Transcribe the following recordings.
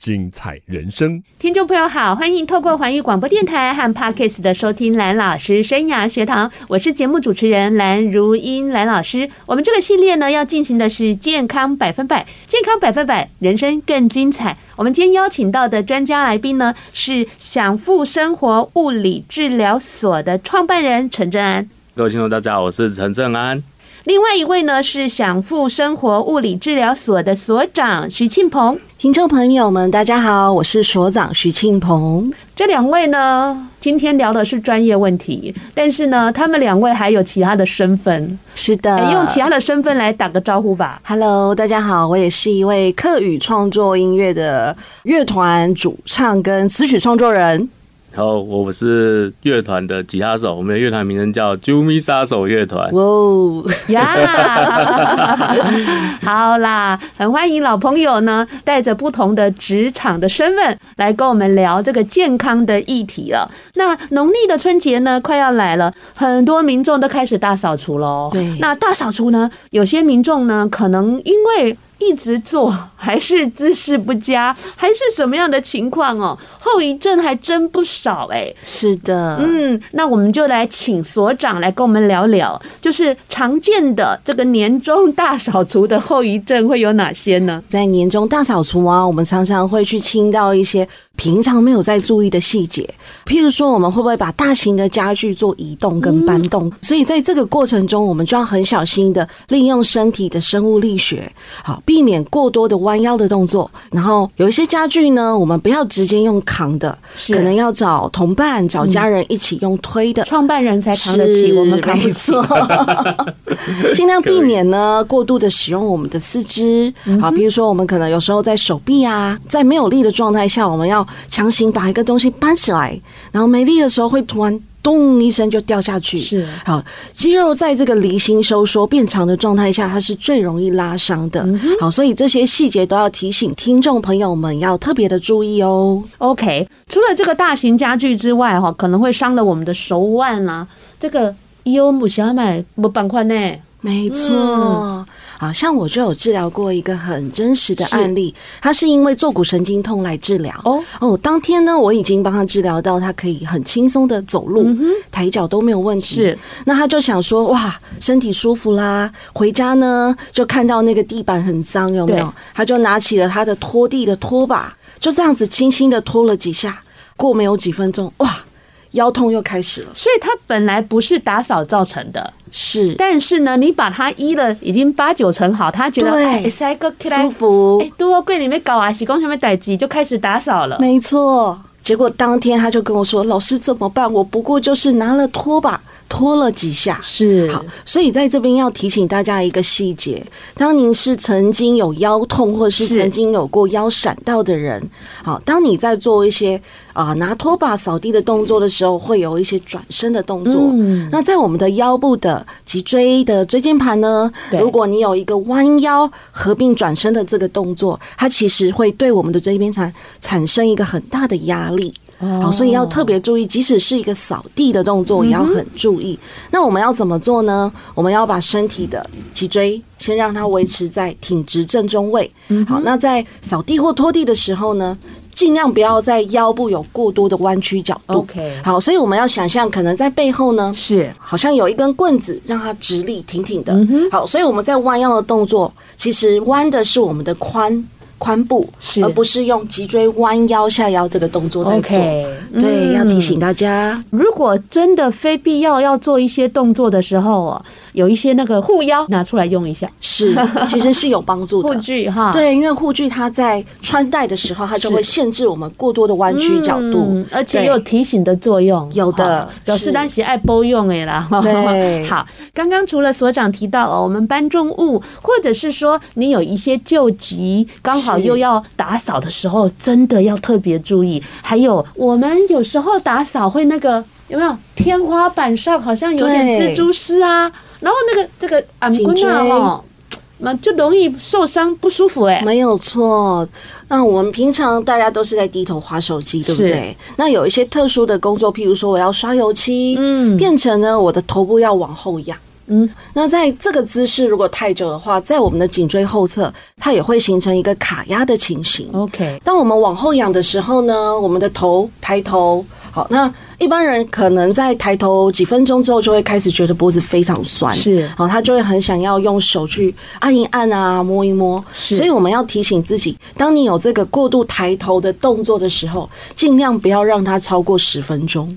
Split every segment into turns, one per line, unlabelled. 精彩人生。
听众朋友好，欢迎透过环宇广播电台和 Podcast 的收听蓝老师生涯学堂，我是节目主持人蓝如英，蓝老师。我们这个系列呢，要进行的是健康百分百，健康百分百，人生更精彩。我们今天邀请到的专家来宾呢，是享富生活物理治疗所的创办人陈正安。
各位听众，大家好，我是陈正安。
另外一位呢是享富生活物理治疗所的所长徐庆鹏。
听众朋友们，大家好，我是所长徐庆鹏。
这两位呢，今天聊的是专业问题，但是呢，他们两位还有其他的身份，
是的，
哎用其他的身份来打个招呼吧。
Hello，大家好，我也是一位客语创作音乐的乐团主唱跟词曲创作人。
然后我是乐团的吉他手，我们的乐团名称叫 Jumi 杀手乐团。
哇哦，
呀、 好啦，很欢迎老朋友呢，带着不同的职场的身份来跟我们聊这个健康的议题了。那农历的春节呢，快要来了，很多民众都开始大扫除喽。
对
那大扫除呢，有些民众呢，可能因为一直做，还是姿势不佳，还是什么样的情况哦，后遗症还真不少哎、
是的，
嗯，那我们就来请所长来跟我们聊聊，就是常见的这个年终大扫除的后遗症会有哪些呢？
在年终大扫除啊，我们常常会去清到一些平常没有在注意的细节，譬如说，我们会不会把大型的家具做移动跟搬动？所以在这个过程中，我们就要很小心的利用身体的生物力学，好避免过多的弯腰的动作。然后有一些家具呢，我们不要直接用扛的，
是
可能要找同伴、找家人一起用推的。
创办人才扛得起，
是
我们扛不起。
没 错 尽量避免呢过度的使用我们的四肢。好，比如说我们可能有时候在手臂啊，在没有力的状态下，我们要强行把一个东西搬起来，然后没力的时候会突然。咚一声就掉下去，
是
好肌肉在这个离心收缩变长的状态下，它是最容易拉伤的。好，所以这些细节都要提醒听众朋友们要特别的注意哦。
OK，除了这个大型家具之外，哈，可能会伤了我们的手腕啊，这个腰母小买不板块呢。
没错，
嗯
好像我就有治疗过一个很真实的
是
案例，他是因为坐骨神经痛来治疗。
哦
哦，当天呢，我已经帮他治疗到他可以很轻松的走路，抬脚都没有问题。
嗯是，
那他就想说，哇，身体舒服啦，回家呢就看到那个地板很脏，有没
对
有？他就拿起了他的拖地的拖把，就这样子轻轻的拖了几下。过没有几分钟，哇，腰痛又开始了。
所以它本来不是打扫造成的，
是，
但是呢，你把它医了，已经八九成好，他觉得
对
哎，塞个起来
舒服。
哎，多柜里面搞啊，洗工上面逮鸡就开始打扫了。
没错。结果当天他就跟我说：“老师怎么办？我不过就是拿了拖把拖了几下。”
是
好，所以在这边要提醒大家一个细节：当您是曾经有腰痛，或是
是
曾经有过腰闪到的人，好，当你在做一些啊、拿拖把扫地的动作的时候，会有一些转身的动作。
嗯
那在我们的腰部的脊椎的椎间盘呢
对，
如果你有一个弯腰合并转身的这个动作，它其实会对我们的椎间盘产生一个很大的压力。
哦
好，所以要特别注意，即使是一个扫地的动作，也要很注意。那我们要怎么做呢？我们要把身体的脊椎先让它维持在挺直正中位。
嗯
好，那在扫地或拖地的时候呢，尽量不要在腰部有过多的弯曲角度。
OK
好，所以我们要想象，可能在背后呢，
是
好像有一根棍子让它直立挺挺的。
嗯
好，所以我们在弯腰的动作，其实弯的是我们的髋髋部
是，
而不是用脊椎弯腰下腰这个动作在做。
OK，
对，要提醒
嗯。
大家。
如果真的非必要要做一些动作的时候哦，有一些那个护腰拿出来用一下，
是，其实是有帮助
护
的。
具啊哈。
对，因为护具它在穿戴的时候，它就是会限制我们过多的弯
嗯，
曲角度，
而且
对
也有提醒的作用。
有的
哈表示
是
咱是爱包用的啦。哈
对
好，刚刚除了所长提到哦，我们搬重物，或者是说你有一些旧疾，刚好
是
又要打扫的时候，真的要特别注意。还有，我们有时候打扫会那个有没有天花板上好像有点
对
蜘蛛丝啊，然后那个这个俺
颈
棍啊
椎
哈。那就容易受伤不舒服哎、
没有错。那我们平常大家都是在低头划手机，对不对？那有一些特殊的工作，譬如说我要刷油漆，
嗯
变成呢我的头部要往后仰。
嗯，
那在这个姿势如果太久的话，在我们的颈椎后侧，它也会形成一个卡压的情形。
OK，
当我们往后仰的时候呢，我们的头抬头，好，那一般人可能在抬头几分钟之后，就会开始觉得脖子非常酸，
是
好，他就会很想要用手去按一按啊，摸一摸，
是
所以我们要提醒自己，当你有这个过度抬头的动作的时候，尽量不要让它超过十分钟。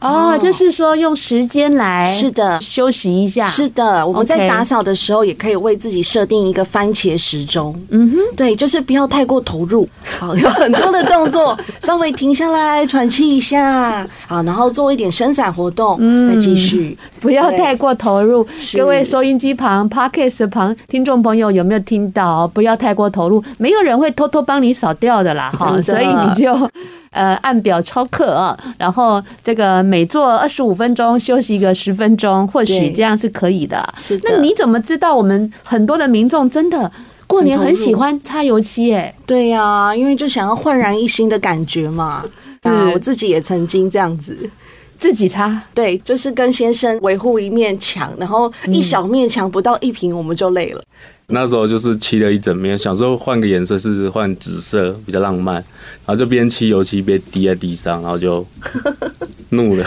哦，就是哎说用时间来
是的。
休息一下，
是的，我们
OK
在打扫的时候也可以为自己设定一个番茄时钟。
嗯哼，
对，就是不要太过投入。好， 有很多的 动作，稍微停下来喘气一下，好，然后做一点伸展活动，再继续。
嗯不要
对
太过投入。
是
各位收音机旁、Podcast 旁听众朋友有没有听到？不要太过投入，没有人会偷偷帮你扫掉的啦，哈。
真的
所以你就呃按表超课啊，然后这个每做二十五分钟休息一个十分钟，或许
对
这样是可以的。
是的，
那你怎么知道我们很多的民众真的过年很喜欢擦油漆、耶？
对呀、因为就想要焕然一新的感觉嘛。啊
是，
我自己也曾经这样子，
自己擦，
对，就是跟先生维护一面墙，然后一小面墙不到一平，我们就累了。
嗯那时候就是漆了一整面，想说换个颜色是换紫色，比较浪漫。然后就边漆油漆边滴在地上，然后就 怒了。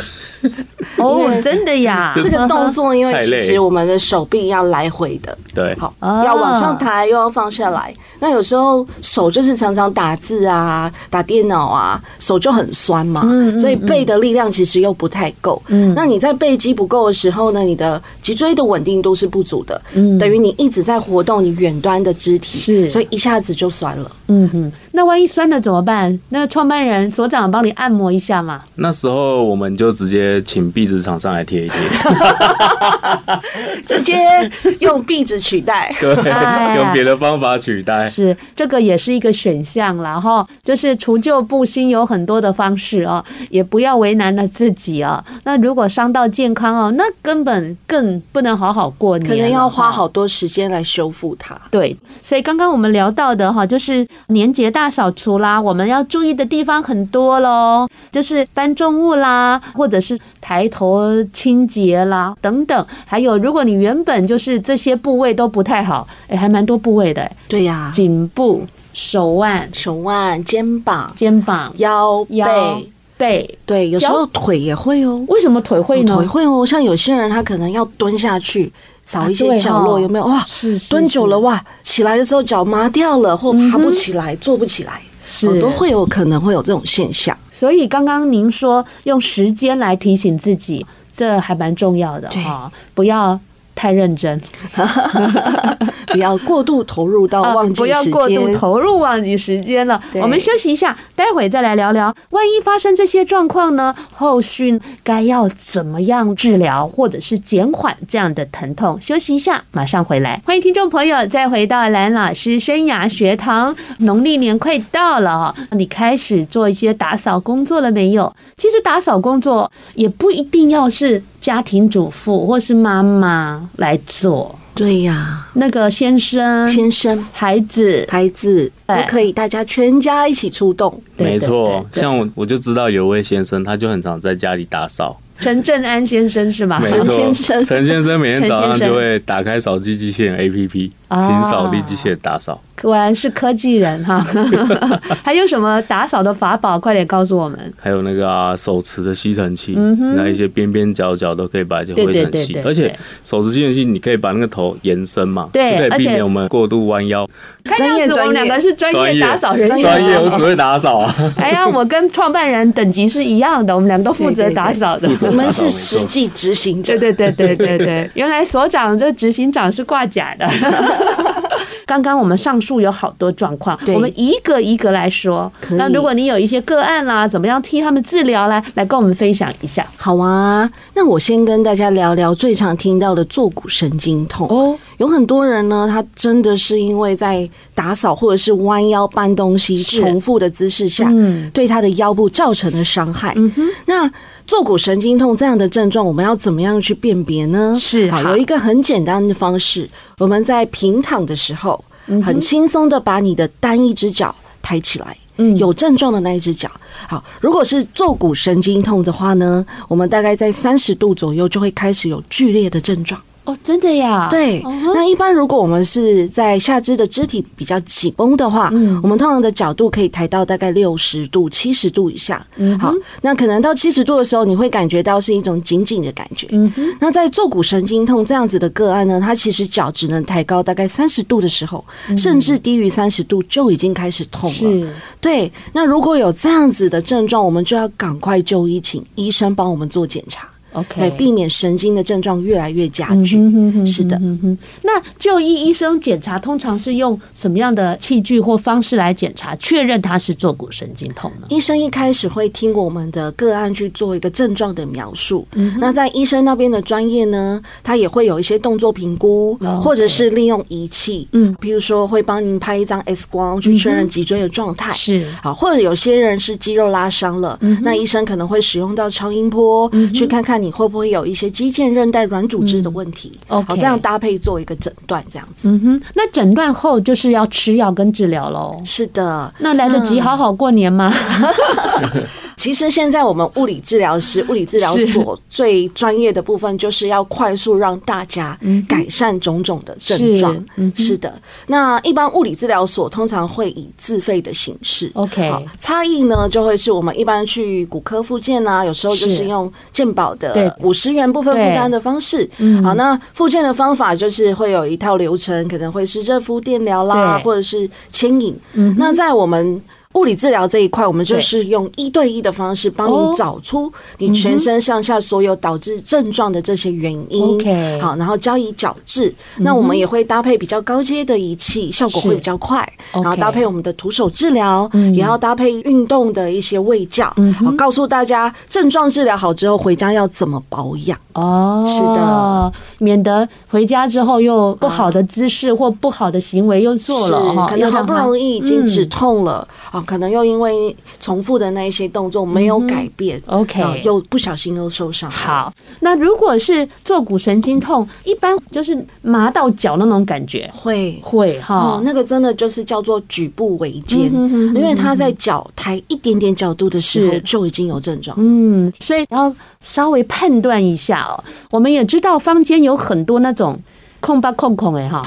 哦，真的呀，嗯
这个动作，因为
太
其
累
实我们的手臂要来回的，
对，
好，
啊
要往上抬，又要放下来。那有时候手就是常常打字啊、打电脑啊，手就很酸嘛，
嗯嗯
所以背的力量其实又不太够。
嗯
那你在背肌不够的时候呢，你的脊椎的稳定度是不足的，
嗯
等于你一直在活动你远端的肢体，
是
所以一下子就酸 了。
嗯哼，那万一酸了怎么办？那个创办人所长帮你按摩一下嘛。
那时候我们就直接请壁纸厂商来贴一 贴，。
直接用壁纸取代
对
哎，
用别的方法取代。
是，这个也是一个选项啦哈。就是除旧布新有很多的方式哦，也不要为难了自己哦。那如果伤到健康哦，那根本更不能好好过年
可
了，
能要花
哈
好多时间来修复它。
对，所以刚刚我们聊到的哈，就是年节大扫除啦，我们要注意的地方很多喽，就是搬重物啦，或者是抬头清洁啦等等，还有如果你原本就是这些部位都不太好，哎，还蛮多部位的，
对呀、
颈部、手腕、
手腕、肩膀、
肩膀、
腰、
腰
背，
背，
对，有时候腿也会哦。
为什么腿会呢？
腿会哦，像有些人他可能要蹲下去找一
啊
些
对
角落，
哦
有没有哇？
是是
蹲久了
是嗯
哇，起来的时候脚麻掉了，或爬不起来、坐不起来，
是
好多会有可能会有这种 现象。
所以刚刚您说用时间来提醒自己，这还蛮重要的
对
哈、不要太认真，
不要过度投入到
啊
哦忘记
不要
时
过度
间。
投入，忘记时间了。
对
我们休息一下，待会再来聊聊，万一发生这些状况呢，后续该要怎么样治疗，或者是减缓这样的疼痛？休息一下，马上回来。欢迎听众朋友再回到蓝老师生涯学堂。农历年快到了哦，你开始做一些打扫工作了没有？其实打扫工作也不一定要是家庭主妇或是妈妈来做，
对呀，
那个先生、
先生、
孩子
孩子都
对
可以，大家全家一起出动。
对
没
对
错，
对对
像我我就知道有位先生，他就很常在家里打扫。
陈正安先生是吗？
没
陈
错
先，生
陈先生每天早
陈先
上
生
就会打开扫地机器人 APP，
啊
请扫地机器人打扫。
果然是科技人 哈。还有什么打扫的法宝？快点告诉我们。
还有那个、啊、手持的吸尘器，
嗯哼
那一些边边角角都可以把一些
对
灰
对
尘
对
吸
对，
而且
对
手持吸尘器你可以把那个头延伸嘛，
对
就可
而
以避
且
免我们过度弯腰。
看样子我们两个是专
专
业
业
打扫人员。
专业我只会打 扫啊，
哎呀，我跟创办人等级是一样的，我们两个都负责打扫的
对。对对负责
我们是实际执行者
对。对对对对对，原来所长这执行长是挂甲的。刚刚我们上述有好多状况，
对
我们一个一个来说。
可以
那如果你有一些个案啦、怎么样替他们治疗啦，来跟我们分享一下
好啊，那我先跟大家聊聊最常听到的坐骨神经痛。
哦。
有很多人呢，他真的是因为在打扫或者是弯腰搬东西
是
重复的姿势下，
嗯
对他的腰部造成了伤害。
嗯哼，
那坐骨神经痛这样的症状，我们要怎么样去辨别呢？
是
好，
好
有一个很简单的方式，我们在平躺的时候，
嗯
很轻松的把你的单一只脚抬起来。
嗯
有症状的那一只脚，好，如果是坐骨神经痛的话呢，我们大概在三十度左右就会开始有剧烈的症状。
哦，真的呀，
对，
嗯哼
那一般如果我们是在下肢的肢体比较紧绷的话，
嗯
我们通常的角度可以抬到大概六十度、七十度以下。
嗯
好，那可能到七十度的时候，你会感觉到是一种紧紧的感觉。
嗯哼，
那在坐骨神经痛这样子的个案呢，它其实脚只能抬高大概三十度的时候，甚至低于三十度就已经开始痛了。
嗯是，
对，那如果有这样子的症状，我们就要赶快就医，请医生帮我们做检查，来
OK，
避免神经的症状越来越加剧。
嗯哼哼哼
哎是的
哼哼那就医医生检查通常是用什么样的器具或方式来检查，确认他是坐骨神经痛呢？
医生一开始会听我们的个案去做一个症状的描述，
嗯
那在医生那边的专业呢，他也会有一些动作评估
了解，
或者是利用仪器，
哦嗯，
譬如说会帮您拍一张 X 光去确认脊椎的状态。
是，嗯
好，或者有些人是肌肉拉伤了，那医生可能会使用到超音波、去看看你会不会有一些肌腱、韧带、软组织的问题。
嗯
好，
OK
这样搭配做一个诊断，这样子。
嗯哼。那诊断后就是要吃药跟治疗喽。
是的，
那来得及好好过年吗？
嗯其实现在我们物理治疗
啊
师、物理治疗所最专业的部分，就是要快速让大家改善种种的症状
是嗯。哼
是的，那一般物理治疗所通常会以自费的形式。
OK
好差异呢就会是我们一般去骨科复健啊，有时候就是是用健保
对嗯
的五十元部分负担的方式。好，那复健的方法就是会有一套流程，可能会是热敷、电疗啦，
对嗯
或者是牵引。那在我们物理治疗这一块，我们就是用一对一的方式帮
哦
你找出你全身上下所有导致症状的这些原因。
嗯 OK 嗯
好，然后加以矫治。那我们也会搭配比较高阶的仪器，效果
是
会比较快。
OK
然后搭配我们的徒手治疗，
嗯
也要搭配运动的一些卫教，好告诉大家症状治疗好之后回家要怎么保养。
哦，
是的，
免得回家之后又不好的姿势或不好的行为又做了哈，
是可能
又
好
让
不
他
容易已经止
嗯
痛了、啊，可能又因为重复的那一些动作没有改变、
嗯 OK
啊又不小心又受伤。，
好，那如果是坐骨神经痛，一般就是麻到脚那种感觉，
会。
会哈
哦，。那个真的就是叫做举步维艰，
嗯哼哼哼
因为他在脚抬一点点角度的时候
是
就已经有症状。
嗯，所以要稍微判断一下哦。我们也知道坊间有很多那种空吧空空哎哈，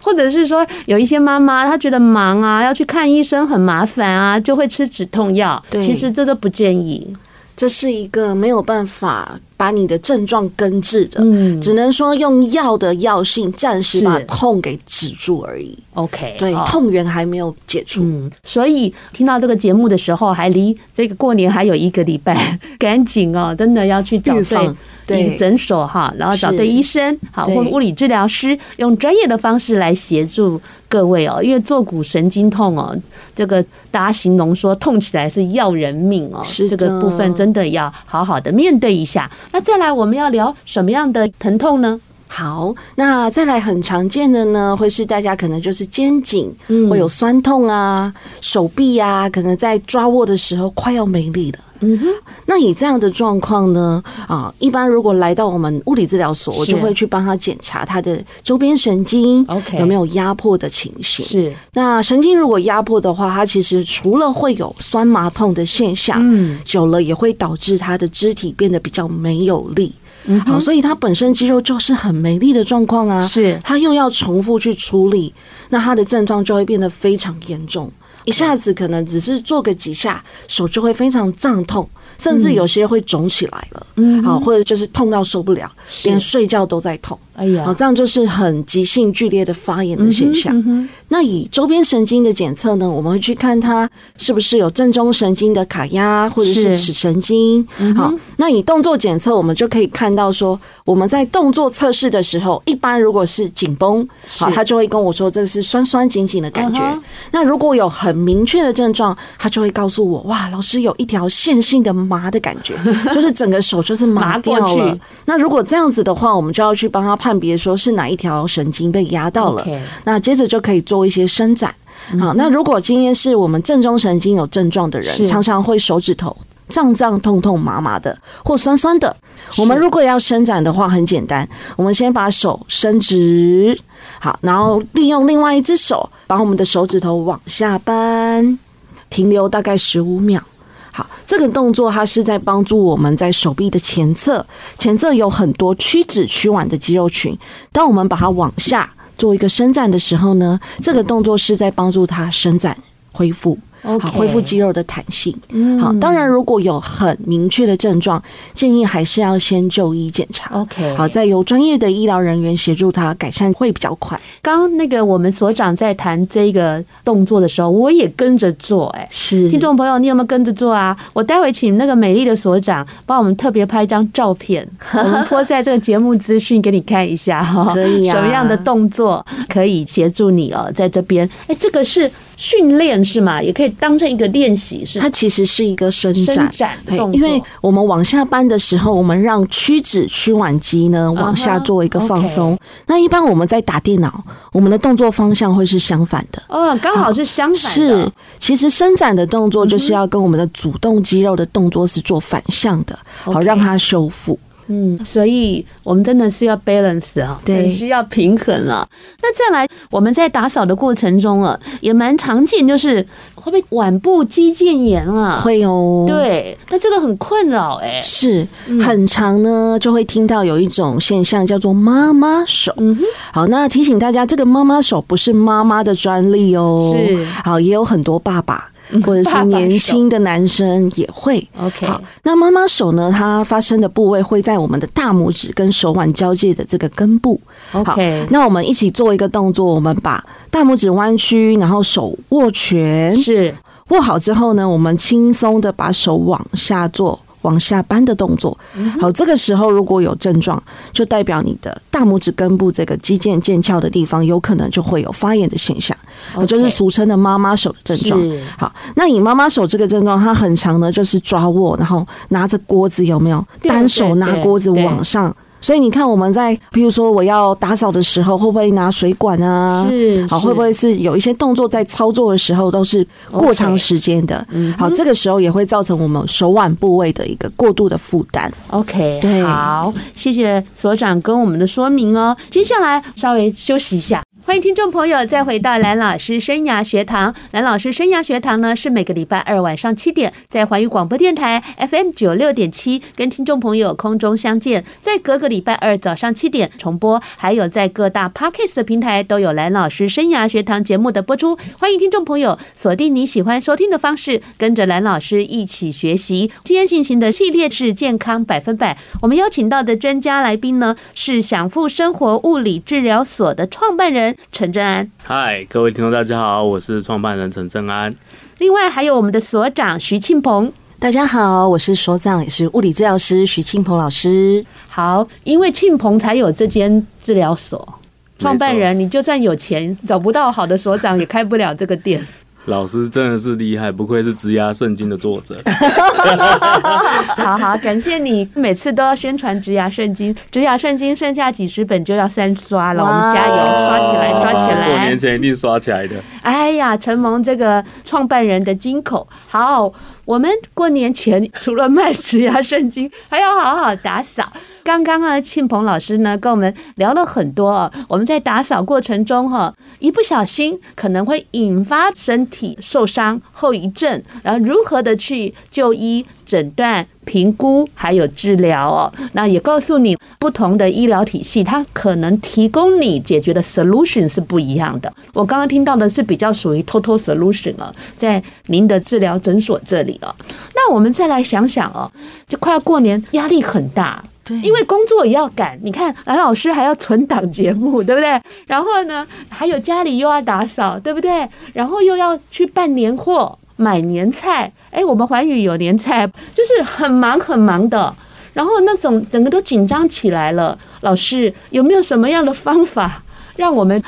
或者是说有一些妈妈她觉得忙啊，要去看医生很麻烦啊，就会吃止痛药。
对
其实这都不建议。
这是一个没有办法把你的症状根治的，
嗯
只能说用药的药性暂时
是
把痛给止住而已。
OK，
对，
哦
痛源还没有解除。
嗯，所以听到这个节目的时候，还离这个过年还有一个礼拜， 赶紧哦，真的要去找
预
对
防对
诊所哈，然后找
是
对医生，好，
对
或物理治疗师，用专业的方式来协助各位哦，因为坐骨神经痛哦，这个大家形容说痛起来是要人命哦，
是
这
的
个部分真的要好好的面对一下。那再来，我们要聊什么样的疼痛呢？
好，那再来很常见的呢，会是大家可能就是肩颈、
嗯
会有酸痛啊，手臂啊，可能在抓握的时候快要没力了。
嗯哼，
那以这样的状况呢，啊，一般如果来到我们物理治疗所，我
是
就会去帮他检查他的周边神经
OK
有没有压迫的情形。
是，
那神经如果压迫的话，它其实除了会有酸麻痛的现象，
嗯
久了也会导致它的肢体变得比较没有力。
嗯
好，所以它本身肌肉就是很没力的状况啊，
是
它又要重复去处理，那它的症状就会变得非常严重，一下子可能只是做个几下，手就会非常胀痛，甚至有些会肿起来了，
嗯
好，或者就是痛到受不了，
是
连睡觉都在痛，
哎呀
好，，这样就是很急性剧烈的发炎的现象。
嗯哼
那以周边神经的检测呢，我们会去看它是不是有正中神经的卡压或者是
是嗯
尺神经。好，那以动作检测，我们就可以看到说，我们在动作测试的时候，一般如果是紧绷，好，
是
它就会跟我说这是酸酸紧紧的感觉。
嗯哼
那如果有很明确的症状，它就会告诉我，哇，老师有一条线性的 麻的感觉，就是整个手就是
麻
麻
过
掉
去
了。那如果这样子的话，我们就要去帮他判别说是哪一条神经被压到了。
OK
那接着就可以做一些伸展。好，那如果今天是我们正中神经有症状的
是
人，常常会手指头胀胀、痛痛、麻麻的，或酸酸的。我们如果要伸展的话，很简单，我们先把手伸直，好，然后利用另外一只手把我们的手指头往下扳，停留大概十五秒。好，这个动作它是在帮助我们在手臂的前侧，前侧有很多屈指屈腕的肌肉群。当我们把它往下做一个伸展的时候呢，这个动作是在帮助它伸展恢复。
OK 嗯
好，恢复肌肉的弹性。好，当然如果有很明确的症状，建议还是要先就医检查。
OK
好，再由专业的医疗人员协助他改善会比较快。
刚刚那个我们所长在谈这个动作的时候，我也跟着做、哎。
是
听众朋友，你有没有跟着做啊？我待会请那个美丽的所长帮我们特别拍一张照 片，我们播在这个节目资讯给你看一下哈。
可以啊
什么样的动作可以协助你哦？在这边，哎，这个是训练是吗？也可以当成一个练习是吗
它其实是一个伸
伸
展，
展
对
动作
因为我们往下扳的时候，我们让屈指屈腕肌呢往下做一个放松。
嗯 OK
那一般我们在打电脑，我们的动作方向会是相反的。
哦，刚好是相反的。
是，其实伸展的动作
嗯
就是要跟我们的主动肌肉的动作是做反向的，好
OK
让它修复。
嗯，所以我们真的是要 balance 啊，
对
很需要平衡啊。那再来，我们在打扫的过程中啊，也蛮常见，就是会不会腕部肌腱炎啊？
会哦，。
对，那这个很困扰哎、
是很长呢，就会听到有一种现象叫做“妈妈手”。
嗯哼
好，那提醒大家，这个“妈妈手”不是妈妈的专利哦。
是嗯
好，也有很多爸爸或者
爸
是
爸
年
手
轻的男生也会。
OK，
好，那妈妈手呢？它发生的部位会在我们的大拇指跟手腕交界的这个根部。好
OK，
那我们一起做一个动作，我们把大拇指弯曲，然后手握拳，
是
握好之后呢，我们轻松的把手往下做。往下扳的动作，
嗯
好，这个时候如果有症状，就代表你的大拇指根部这个肌腱腱鞘的地方有可能就会有发炎的现象，啊
OK
就是俗称的妈妈手的症状
是。
好，那以妈妈手这个症状，它很长呢，就是抓握，然后拿着锅子有没有？
对
单手拿锅子往上。所以你看，我们在比如说我要打扫的时候，会不会拿水管啊？
是
好，
是
会不会是有一些动作在操作的时候都是过长时间的？好，这个时候也会造成我们手腕部位的一个过度的负担。
OK，
对
好，谢谢所长跟我们的说明哦。接下来稍微休息一下。欢迎听众朋友再回到蓝老师生涯学堂。蓝老师生涯学堂呢是每个礼拜二晚上七点在环宇广播电台 FM 九六点七跟听众朋友空中相见，在隔个礼拜二早上七点重播，还有在各大 Podcast 的平台都有蓝老师生涯学堂节目的播出。欢迎听众朋友锁定你喜欢收听的方式，跟着蓝老师一起学习。今天进行的系列是健康百分百，我们邀请到的专家来宾呢是享富生活物理治疗所的创办人陈正安，
嗨，各位听众大家好，我是创办人陈正安。
另外还有我们的所长徐庆鹏。
大家好，我是所长，也是物理治疗师徐庆鹏老师。
好，因为庆鹏才有这间治疗所。创办人，你就算有钱，找不到好的所长，也开不了这个店。
老师真的是厉害，不愧是《职涯圣经》的作 者。
好好，感谢你每次都要宣传《植牙圣经》，《植牙圣经》剩下几十本就要三刷了，我们加油，
哦
刷起来，刷起
过年
来！
前一定刷起来的。
哎呀，承蒙这个创办人的金口，好，我们过年前除了卖《植牙圣经》，还要好好打扫。刚刚呢，庆鹏老师呢跟我们聊了很多哦，我们在打扫过程中哈、一不小心可能会引发身体受伤、后遗症，然后如何的去就医、诊断、评估，还有治疗哦。那也告诉你，不同的医疗体系，它可能提供你解决的 solution 是不一样的。我刚刚听到的是比较属于 total solution 哦，在您的治疗诊所这里哦。那我们再来想想哦，就快要过年，压力很大，
对
因为工作也要赶，你看蓝老师还要存档节目，对不对？然后呢，还有家里又要打扫，对不对？然后又要去办年货、买年菜。哎，我们环宇有年菜，就是很忙很忙的。然后那种整个都紧张起来了。老师有没有什么样的方法让我们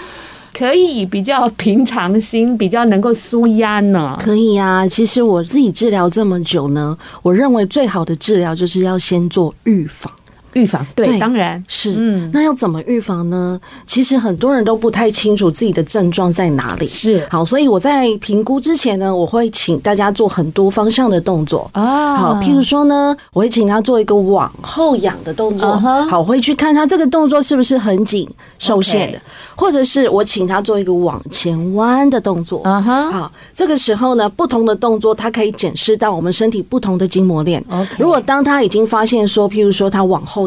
可以比较平常心，比较能够舒压呢？
可以啊，其实我自己治疗这么久呢，我认为最好的治疗就是要先做预防。
预防，对，
对
当然
是，
嗯
那要怎么预防呢？其实很多人都不太清楚自己的症状在哪里。
是
好，所以我在评估之前呢，我会请大家做很多方向的动作。
啊，
好，譬如说呢，我会请他做一个往后仰的动作。
嗯哼
好，我会去看他这个动作是不是很紧、受限的
OK
或者是我请他做一个往前弯的动作。
啊哈
好，这个时候呢，不同的动作它可以检视到我们身体不同的筋膜链。
，OK，
如果当他已经发现说，譬如说他往后仰。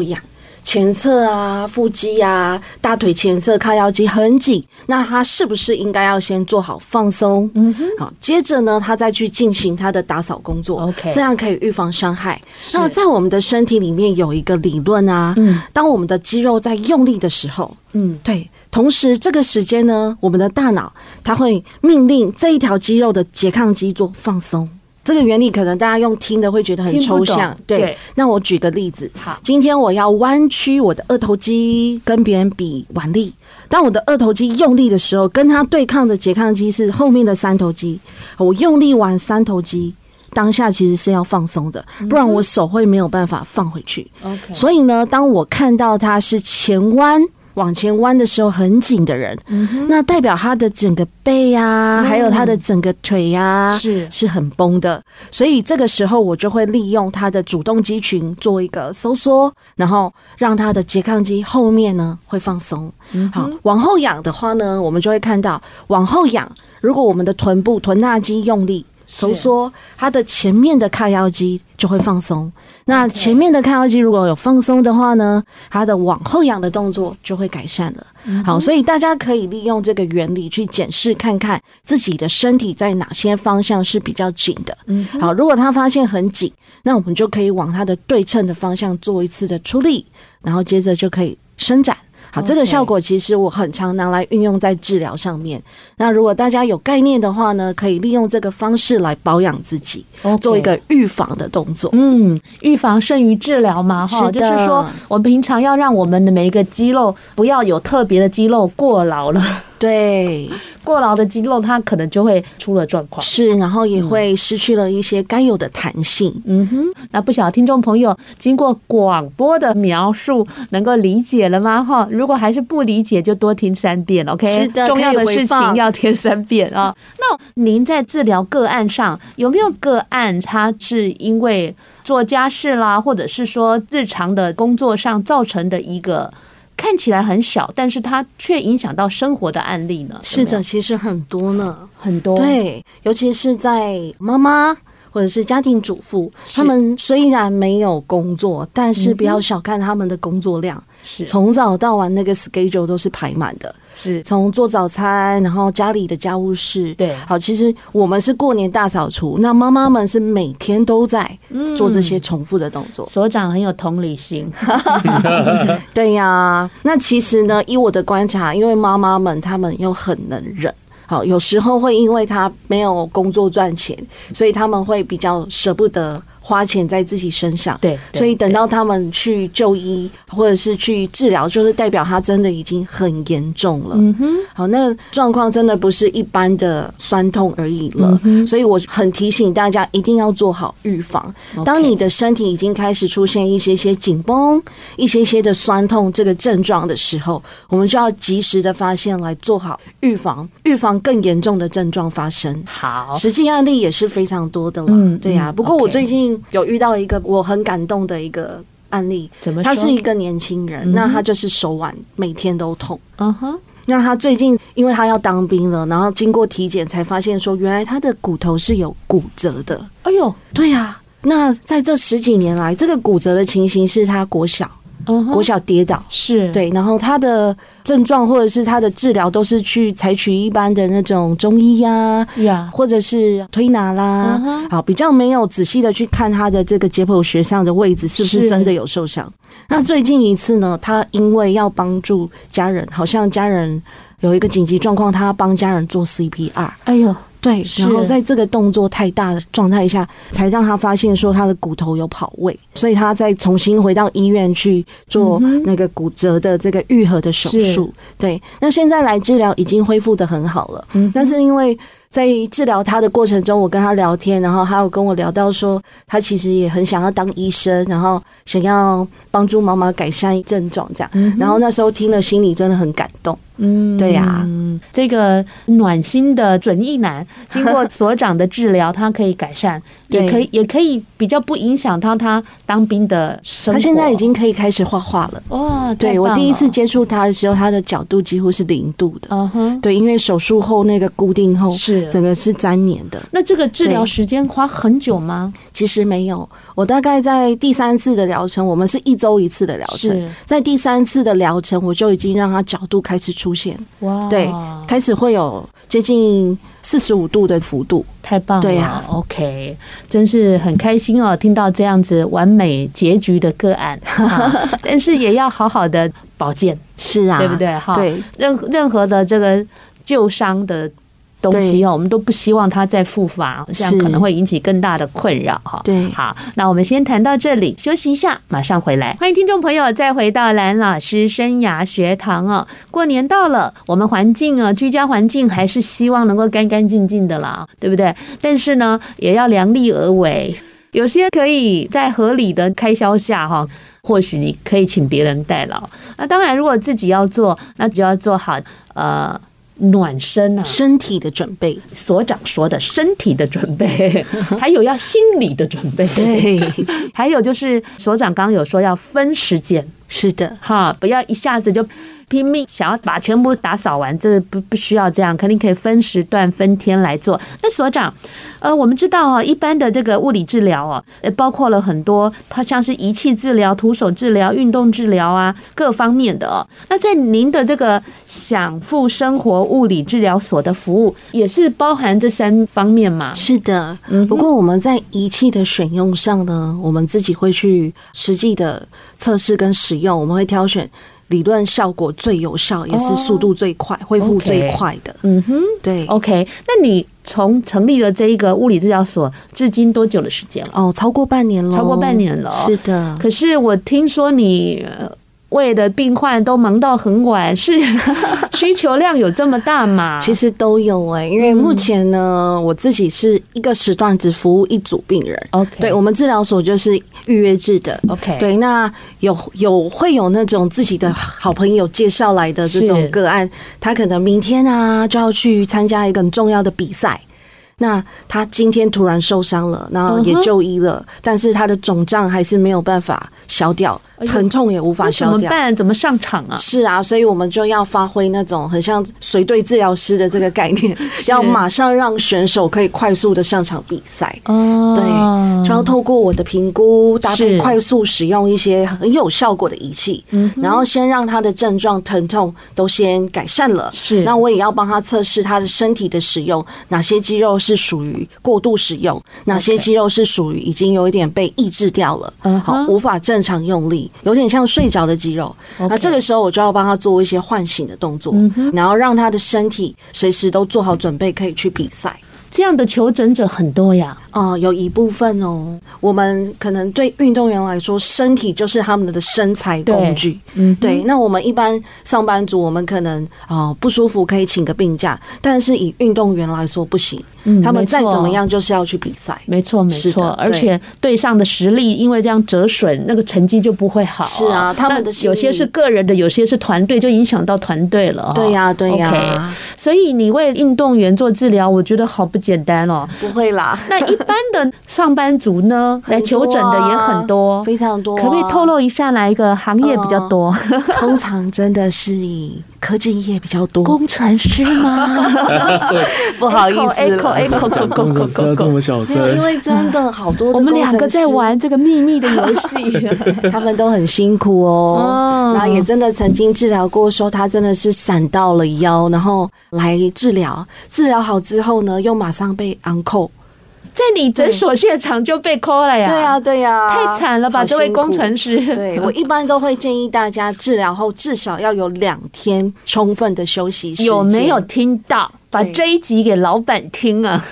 前侧啊，腹肌啊，大腿前侧、靠腰肌很紧，那他是不是应该要先做好放松？
嗯哼
好，接着呢，他再去进行他的打扫工作
OK
这样可以预防伤害。
是
那在我们的身体里面有一个理论啊，
嗯
当我们的肌肉在用力的时候，
嗯
对，同时这个时间呢，我们的大脑它会命令这一条肌肉的拮抗肌做放松。这个原理可能大家用听的会觉得很
听不
抽
懂
象，
对
那我举个例子，
好
今天我要弯曲我的二头肌跟别人比腕力，当我的二头肌用力的时候，跟它对抗的拮抗肌是后面的三头肌，我用力玩三头肌。当下其实是要放松的，不然我手会没有办法放回去。
，OK，
所以呢，当我看到他是前弯。往前弯的时候很紧的人，
嗯
那代表他的整个背啊，还有他的整个腿啊，
是
是很绷的。所以这个时候我就会利用他的主动肌群做一个收缩，然后让他的拮抗肌后面呢会放松。好，往后仰的话呢，我们就会看到往后仰，如果我们的臀部臀大肌用力收缩，它的前面的髂腰肌就会放松。那前面的髂腰肌如果有放松的话呢，它的往后仰的动作就会改善了。好，所以大家可以利用这个原理去检视看看自己的身体在哪些方向是比较紧的。好，如果他发现很紧，那我们就可以往它的对称的方向做一次的出力，然后接着就可以伸展。好，这个
OK
效果其实我很常拿来运用在治疗上面。那如果大家有概念的话呢，可以利用这个方式来保养自己，做一个预防的动作。
嗯，预防胜于治疗嘛，哈，
是
就
的
是说我们平常要让我们的每一个肌肉不要有特别的肌肉过劳了，
对，
过劳的肌肉它可能就会出了状况。
是，然后也会失去了一些该有的弹性。
嗯哼，那不晓得听众朋友经过广播的描述，能够理解了吗？哈，如果还是不理解，就多听三遍，OK？
是的
重要的
可以
事
回放
情要听三遍啊、那您在治疗个案上有没有个案，他是因为做家事啦，或者是说日常的工作上造成的一个看起来很小，但是它却影响到生活的案例呢？
是
有没有
的，，其实很多呢。
很多，
对，尤其是在妈妈或者是家庭主妇，他们虽然没有工作，但
嗯
是不要小看他们的工作量，
是
从早到晚那个 schedule 都是排满的。
是
从做早餐，然后家里的家务事，
对
好，其实我们是过年大扫除，那妈妈们是每天都在做这些重复的动作。
所长很有同理心，
对呀、那其实呢，以我的观察，因为妈妈们她们又很能忍。好，有时候会因为她没有工作赚钱，所以他们会比较舍不得花钱在自己身上。
对对
所以等到他们去就医或者是去治疗，就是代表他真的已经很严重了。嗯哼，好，那个状况真的不是一般的酸痛而已了。
嗯
所以我很提醒大家，一定要做好预防。当你的身体已经开始出现一些些紧绷、一些些的酸痛这个症状的时候，我们就要及时的发现来做好预防，预防更严重的症状发生。
好，
实际案例也是非常多的啦，
嗯
对呀、
嗯
不过
OK
我最近有遇到一个我很感动的一个案例，
怎么说
他是一个年轻人，那他就是手腕每天都痛。
嗯哼。
那他最近因为他要当兵了，然后经过体检才发现说，原来他的骨头是有骨折的。
哎呦，
对呀、那在这十几年来，这个骨折的情形是他国小
嗯哼
国小跌倒，
是，，
对，然后他的症状或者是他的治疗都是去采取一般的那种中医呀、
呀，
或者是推拿啦
嗯哼
好，比较没有仔细的去看他的这个解剖学上的位置是不
是
是真的有受伤。那最近一次呢，他因为要帮助家人，好像家人有一个紧急状况，他要帮家人做 CPR，
哎呦，
对，
是
然后在这个动作太大的状态下，才让他发现说他的骨头有跑位，所以他再重新回到医院去做那个骨折的这个
嗯
愈合的手术。对，那现在来治疗已经恢复的很好了，但是因为在治疗他的过程中，我跟他聊天，然后还有跟我聊到说，他其实也很想要当医生，然后想要帮助妈妈改善症状这样。然后那时候听了，心里真的很感动。
嗯，
对呀
嗯，这个暖心的准一男，经过所长的治疗，他可以改善，
对
也可以也可以比较不影响到他当兵的生活。
他现在已经可以开始画画了。
哇，太
对
棒
我第一次
了，
接触他的时候，他的角度几乎是零度的。
嗯哼，
对，因为手术后那个固定后，
是
整个是粘黏的。
那这个治疗
对
时间花很久吗？
其实没有，我大概在第三次的疗程，我们是一周一次的疗程
是，
在第三次的疗程，我就已经让他角度开始出现，
哇，
对，开始会有接近四十五度的幅度。
太棒了，
对呀
OK，真是很开心哦，听到这样子完美结局的个案， 啊、但是也要好好的保健，
是啊，
对不？对？哈，
对
任任何的这个旧伤的东西哦，我们都不希望它再复发，这样
是
可能会引起更大的困扰哈。
对
好，那我们先谈到这里，休息一下，马上回来。欢迎听众朋友再回到蓝老师生涯学堂哦。过年到了，我们环境啊，居家环境还是希望能够干干净净的啦，对不对？但是呢，也要量力而为。有些可以在合理的开销下，哈，或许你可以请别人代劳。那当然，如果自己要做，那就要做好呃暖身啊，
身体的准备，
所长说的身体的准备，还有要心理的准备，
对，
还有就是所长刚刚有说要分时间
是的，
哈，不要一下子就。拼命想要把全部打扫完，这不不需要这样，肯定可以分时段、分天来做。那所长，呃，我们知道哦，一般的这个物理治疗哦，呃，包括了很多，它像是仪器治疗、徒手治疗、运动治疗啊，各方面的哦。那在您的这个享富生活物理治疗所的服务，也是包含这三方面嘛？
是的。
嗯
不过我们在仪器的选用上呢，我们自己会去实际的测试跟使用，我们会挑选。理论效果最有效，也是速度最快、恢复最
OK
快的。
哦嗯哼
对，
，OK。那你从成立了这一个物理治疗所至今多久的时间了？
哦，超过半年了，
超过半年了啊
是的，
可是我听说你呃为了病患都忙到很晚，是 需求量有这么大吗？
其实都有哎、因
嗯
为目前呢，我自己是一个时段只服务一组病人。
哦 OK，
对我们治疗所就是预约制的。
OK，
对，那有有会有那种自己的好朋友介绍来的这
是
种个案，他可能明天啊就要去参加一个很重要的比赛。那他今天突然受伤了，然后也
嗯哼
就医了但是他的肿胀还是没有办法消掉
哎，呦
疼痛也无法
那怎
消
么
掉。
办？怎么上场啊？
是啊，所以我们就要发挥那种很像随队治疗师的这个概念，要马上让选手可以快速的上场比赛。
哦，
对，然后透过我的评估，搭配
是
快速使用一些很有效果的仪器，
嗯
然后先让他的症状、疼痛都先改善了。
是
那我也要帮他测试他的身体的使用，哪些肌肉是属于过度使用，哪些
OK
肌肉是属于已经有一点被抑制掉了
嗯哼
好，无法正常用力，有点像睡着的肌肉。
OK 嗯
那这个时候我就要帮他做一些唤醒的动作，然后让他的身体随时都做好准备，可以去比赛。
这样的求诊者很多呀。
哦、有一部分哦，我们可能对运动员来说，身体就是他们的身材工具。
嗯，
对，那我们一般上班族，我们可能哦、不舒服可以请个病假，但是以运动员来说不行，
嗯
他们
没错
再怎么样就是要去比赛。
没错，没
是的
错，
对
而且队上的实力因为这样折损，那个成绩就不会好、
是啊他们的
那
心理
有些是个人的，有些是团队，就影响到团队了、哦。
对呀、对呀、
OK 所以你为运动员做治疗，我觉得好不简单哦。
不会啦，
那一般的上班族呢，来求诊的也很多，
啊非常多、
哦
啊嗯
可不可以透？露一下哪一个行业比较多？
通常真的是以科技业比较 多，
工程师吗？
不好意思了
Echo, echo, echo,
工
echo,
程师要
echo,
这
echo
么小
没有，因
声，
为真的好多的
我们两个
工程师
在玩这个秘密的游戏。
他们都很辛苦哦
哦，
然后也真的曾经治疗过，说他真的是闪到了腰，然后来治疗，治疗好之后呢，又马上被 on call。
在你诊所现场就被扣了呀！
对呀、，对呀、
太惨了吧，
好
这
辛苦
位工程。师。
对我一般都会建议大家治疗后至少要有两天充分的休息时间。
有没有？听到？把
对
这一集给老板听啊，，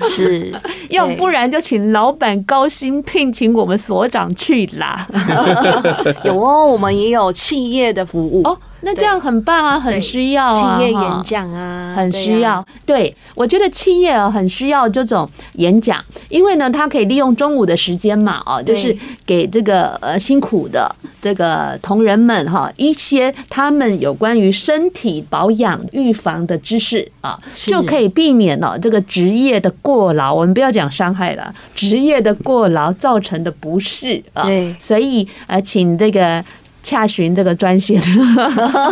是
要不然就请老板高薪聘请我们所长去啦。
对有哦，我们也有企业的服务
哦，那这样很棒啊，很
对
需要啊，
企业
哈
演讲啊，
很
对
需要
啊。
对，我觉得企业哦很需要这种演讲，因为呢，它可以利用中午的时间嘛，哦，就
对
是给这个呃辛苦的这个同仁们哈、一些他们有关于身体保养、预防的知识啊，
是
就可以避免哦这个职业的过劳。我们不要讲伤害了，职业的过劳造成的不适啊。
对
所以呃，请这个洽询这个专线。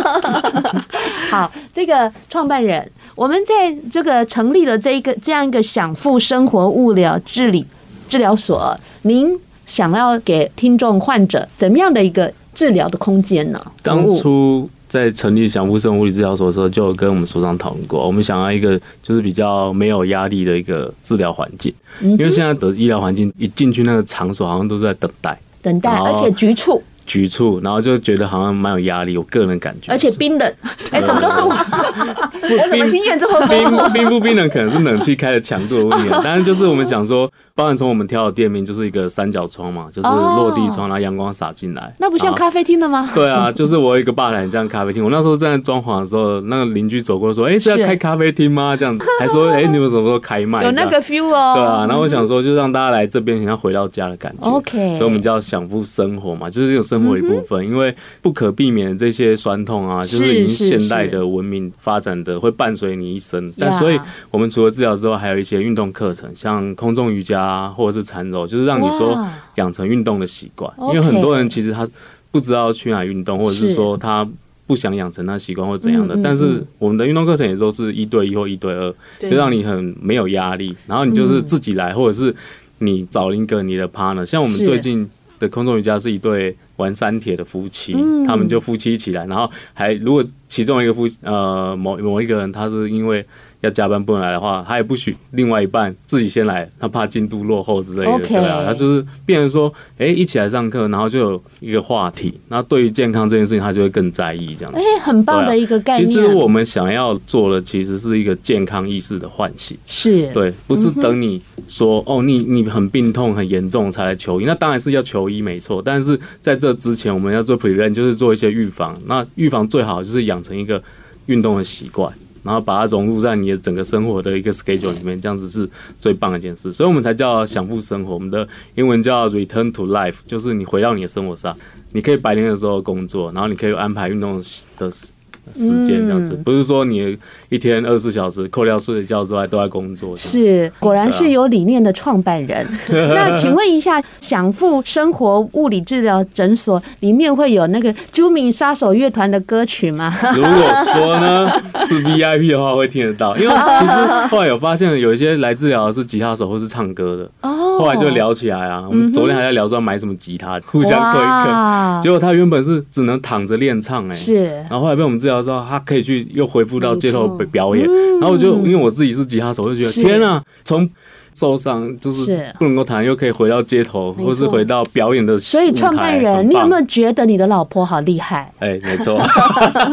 好，这个创办人，我们在这个成立了这一个这样一个享富生活物疗治理治疗所，您想要给听众患者怎么样的一个治疗的空间呢？
当
服务
初在成立享富生物理治疗所的时候，就有跟我们所长讨论过，我们想要一个就是比较没有压力的一个治疗环境，
嗯
因为现在的医疗环境一进去那个场所好像都在等待
等待，
哦
而且局促，
局促，然后就觉得好像蛮有压力，我个人感觉，
而且冰 冷，哎，怎么都是我，我怎么经验这么丰富？
冰冰不冰冷可能是冷气开的强度的问题啊，但是就是我们想说，包含从我们挑的店面就是一个三角窗嘛，就是落地窗，然后阳光洒进来，
哦那不像
然后
咖啡厅了吗？
对啊，就是我有一个吧台，很像咖啡厅。我那时候在装潢的时候，那个邻居走过说：“哎、这
是
要开咖啡厅吗？”这样子，还说：“哎、你们什么时候开卖？”
有那个
这样
feel 哦。
对啊。然后我想说，就让大家来这边，很像回到家的感觉。
OK
所以我们叫享福生活嘛，就是这种生活一部分，因为不可避免的这些酸痛
嗯
啊，就是已经
是
现代
是
的文明发展的会伴随你一生。但
Yeah
所以我们除了治疗之后，还有一些运动课程，像空中瑜伽、啊、或者是缠柔，就是让你说
哇
养成运动的习惯。因
OK
为很多人其实他不知道去哪里运动，或者是说他不想养成那习惯或怎样的
嗯嗯。
但是我们的运动课程也都是一对一或一对二，就让你很没有压力，然后你就是
嗯
自己来，或者是你找一个你的 partner。像我们
是
最近的空中瑜伽是一对玩山铁的夫妻，
嗯
他们就夫妻一起来，然后还如果其中一个夫呃某某一个人他是因为要加班不能来的话，他也不许另外一半自己先来，他怕进度落后之类的
OK
对啊，他就是变成说，哎、一起来上课，然后就有一个话题，那对于健康这件事情，他就会更在意这样子。
哎，很棒
对啊
的一个概
其
念。
实我们想要做的其实是一个健康意识的唤醒，
是
对，不是等你说、哦，你你很病痛很严重才来求医，那当然是要求医没错，但是在这之前我们要做 prevent，就是做一些预防。那预防最好就是养成一个运动的习惯，然后把它融入在你的整个生活的一个 schedule 里面，这样子是最棒的一件事。所以我们才叫享富生活，我们的英文叫 return to life，就是你回到你的生活上，你可以白天的时候工作，然后你可以安排运动的时。时间这样
嗯
子，不是说你一天二十四小时扣掉睡觉之外都在工作。这样
是，果然是有理念的创办人。
啊
那请问一下，享富生活物理治疗诊所里面会有那个朱明杀手乐团的歌曲吗？
如果说呢是 VIP 的话，会听得到，因为其实后来有发现，有一些来治疗的是吉他手或是唱歌的，
哦，嗯
后来就聊起来啊。我们昨天还在聊说要买什么吉他， 互相推坑。
哇
结果他原本是只能躺着练唱，哎，
是
然后后来被我们治疗之后，他可以去又恢复到街头
没错
表演。然后我就因为我自己是吉他手，我就觉得
嗯是
天啊，从受伤就是是不能够弹，又可以回到街头，
没错
或是回到表演的舞台。
所以创办人，
很
你有
棒
没有觉得你的老婆好厉害？
哎，没错，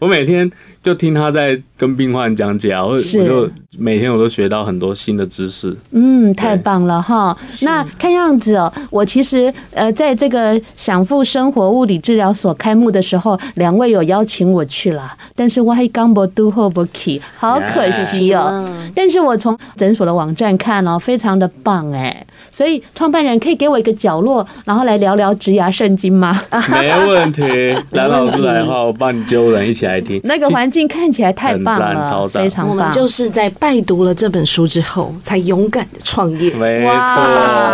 我每天就听他在跟病患讲解啊，我我
是
就每天我都学到很多新的知识。
嗯，太棒了哈！那看样子哦，我其实呃，在这个享富生活物理治疗所开幕的时候，两位有邀请我去啦，但是我还刚不都后不去，好可惜哦。但是我从诊所的网站看哦，非常的棒哎，所以创办人可以给我一个角落，然后来聊聊植牙圣经 吗？
没 问题，蓝老师来的话，我帮你揪人一起来听。
那个环境看起来太棒
很赞
了，
超赞
非常
我们
棒，
就是在拜读了这本书之后，才勇敢的创业。
没
哇，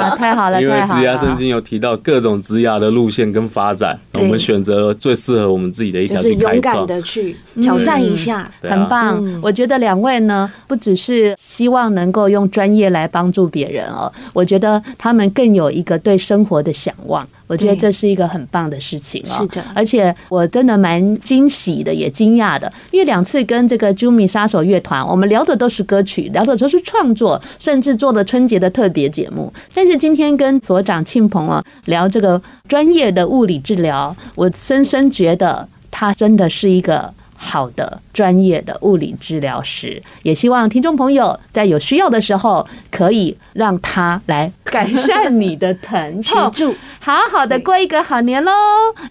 错。
太好了，
因为
太好
职
了
涯圣经有提到各种职涯的路线跟发展，我
对
们选择最适合我们自己的一
就
条
是
去开
勇敢
创。
的去挑战一下，
对啊
很棒，我觉得两位呢，不只是希望能够用专业来帮助别人哦，我觉得他们更有一个对生活的向往，我觉得
对
这是一个很棒的事情哦。
是的
而且我真的蛮惊喜的，也惊讶的，因为两次跟这个 Jumi 杀手乐团，我们聊的都是歌曲，聊的都是创作，甚至做了春节的特别节目。但是今天跟所长庆鹏啊聊这个专业的物理治疗，我深深觉得他真的是一个好的专业的物理治疗师。也希望听众朋友在有需要的时候，可以让他来改善你的疼
协
痛。
助
好好的
对
过一个好年喽！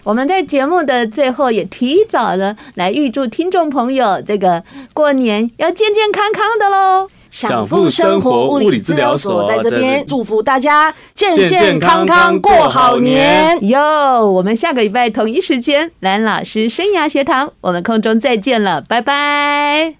我们在节目的最后也提早呢来预祝听众朋友这个过年要健健康康的喽！
享富生活物理治疗所在这
在这
边
里
祝福大家健
健
健康
康
康
康
过
过
好
好
年
年。
哟，我们下个礼拜同一时间，蓝老师生涯学堂，我们空中再见了，拜拜。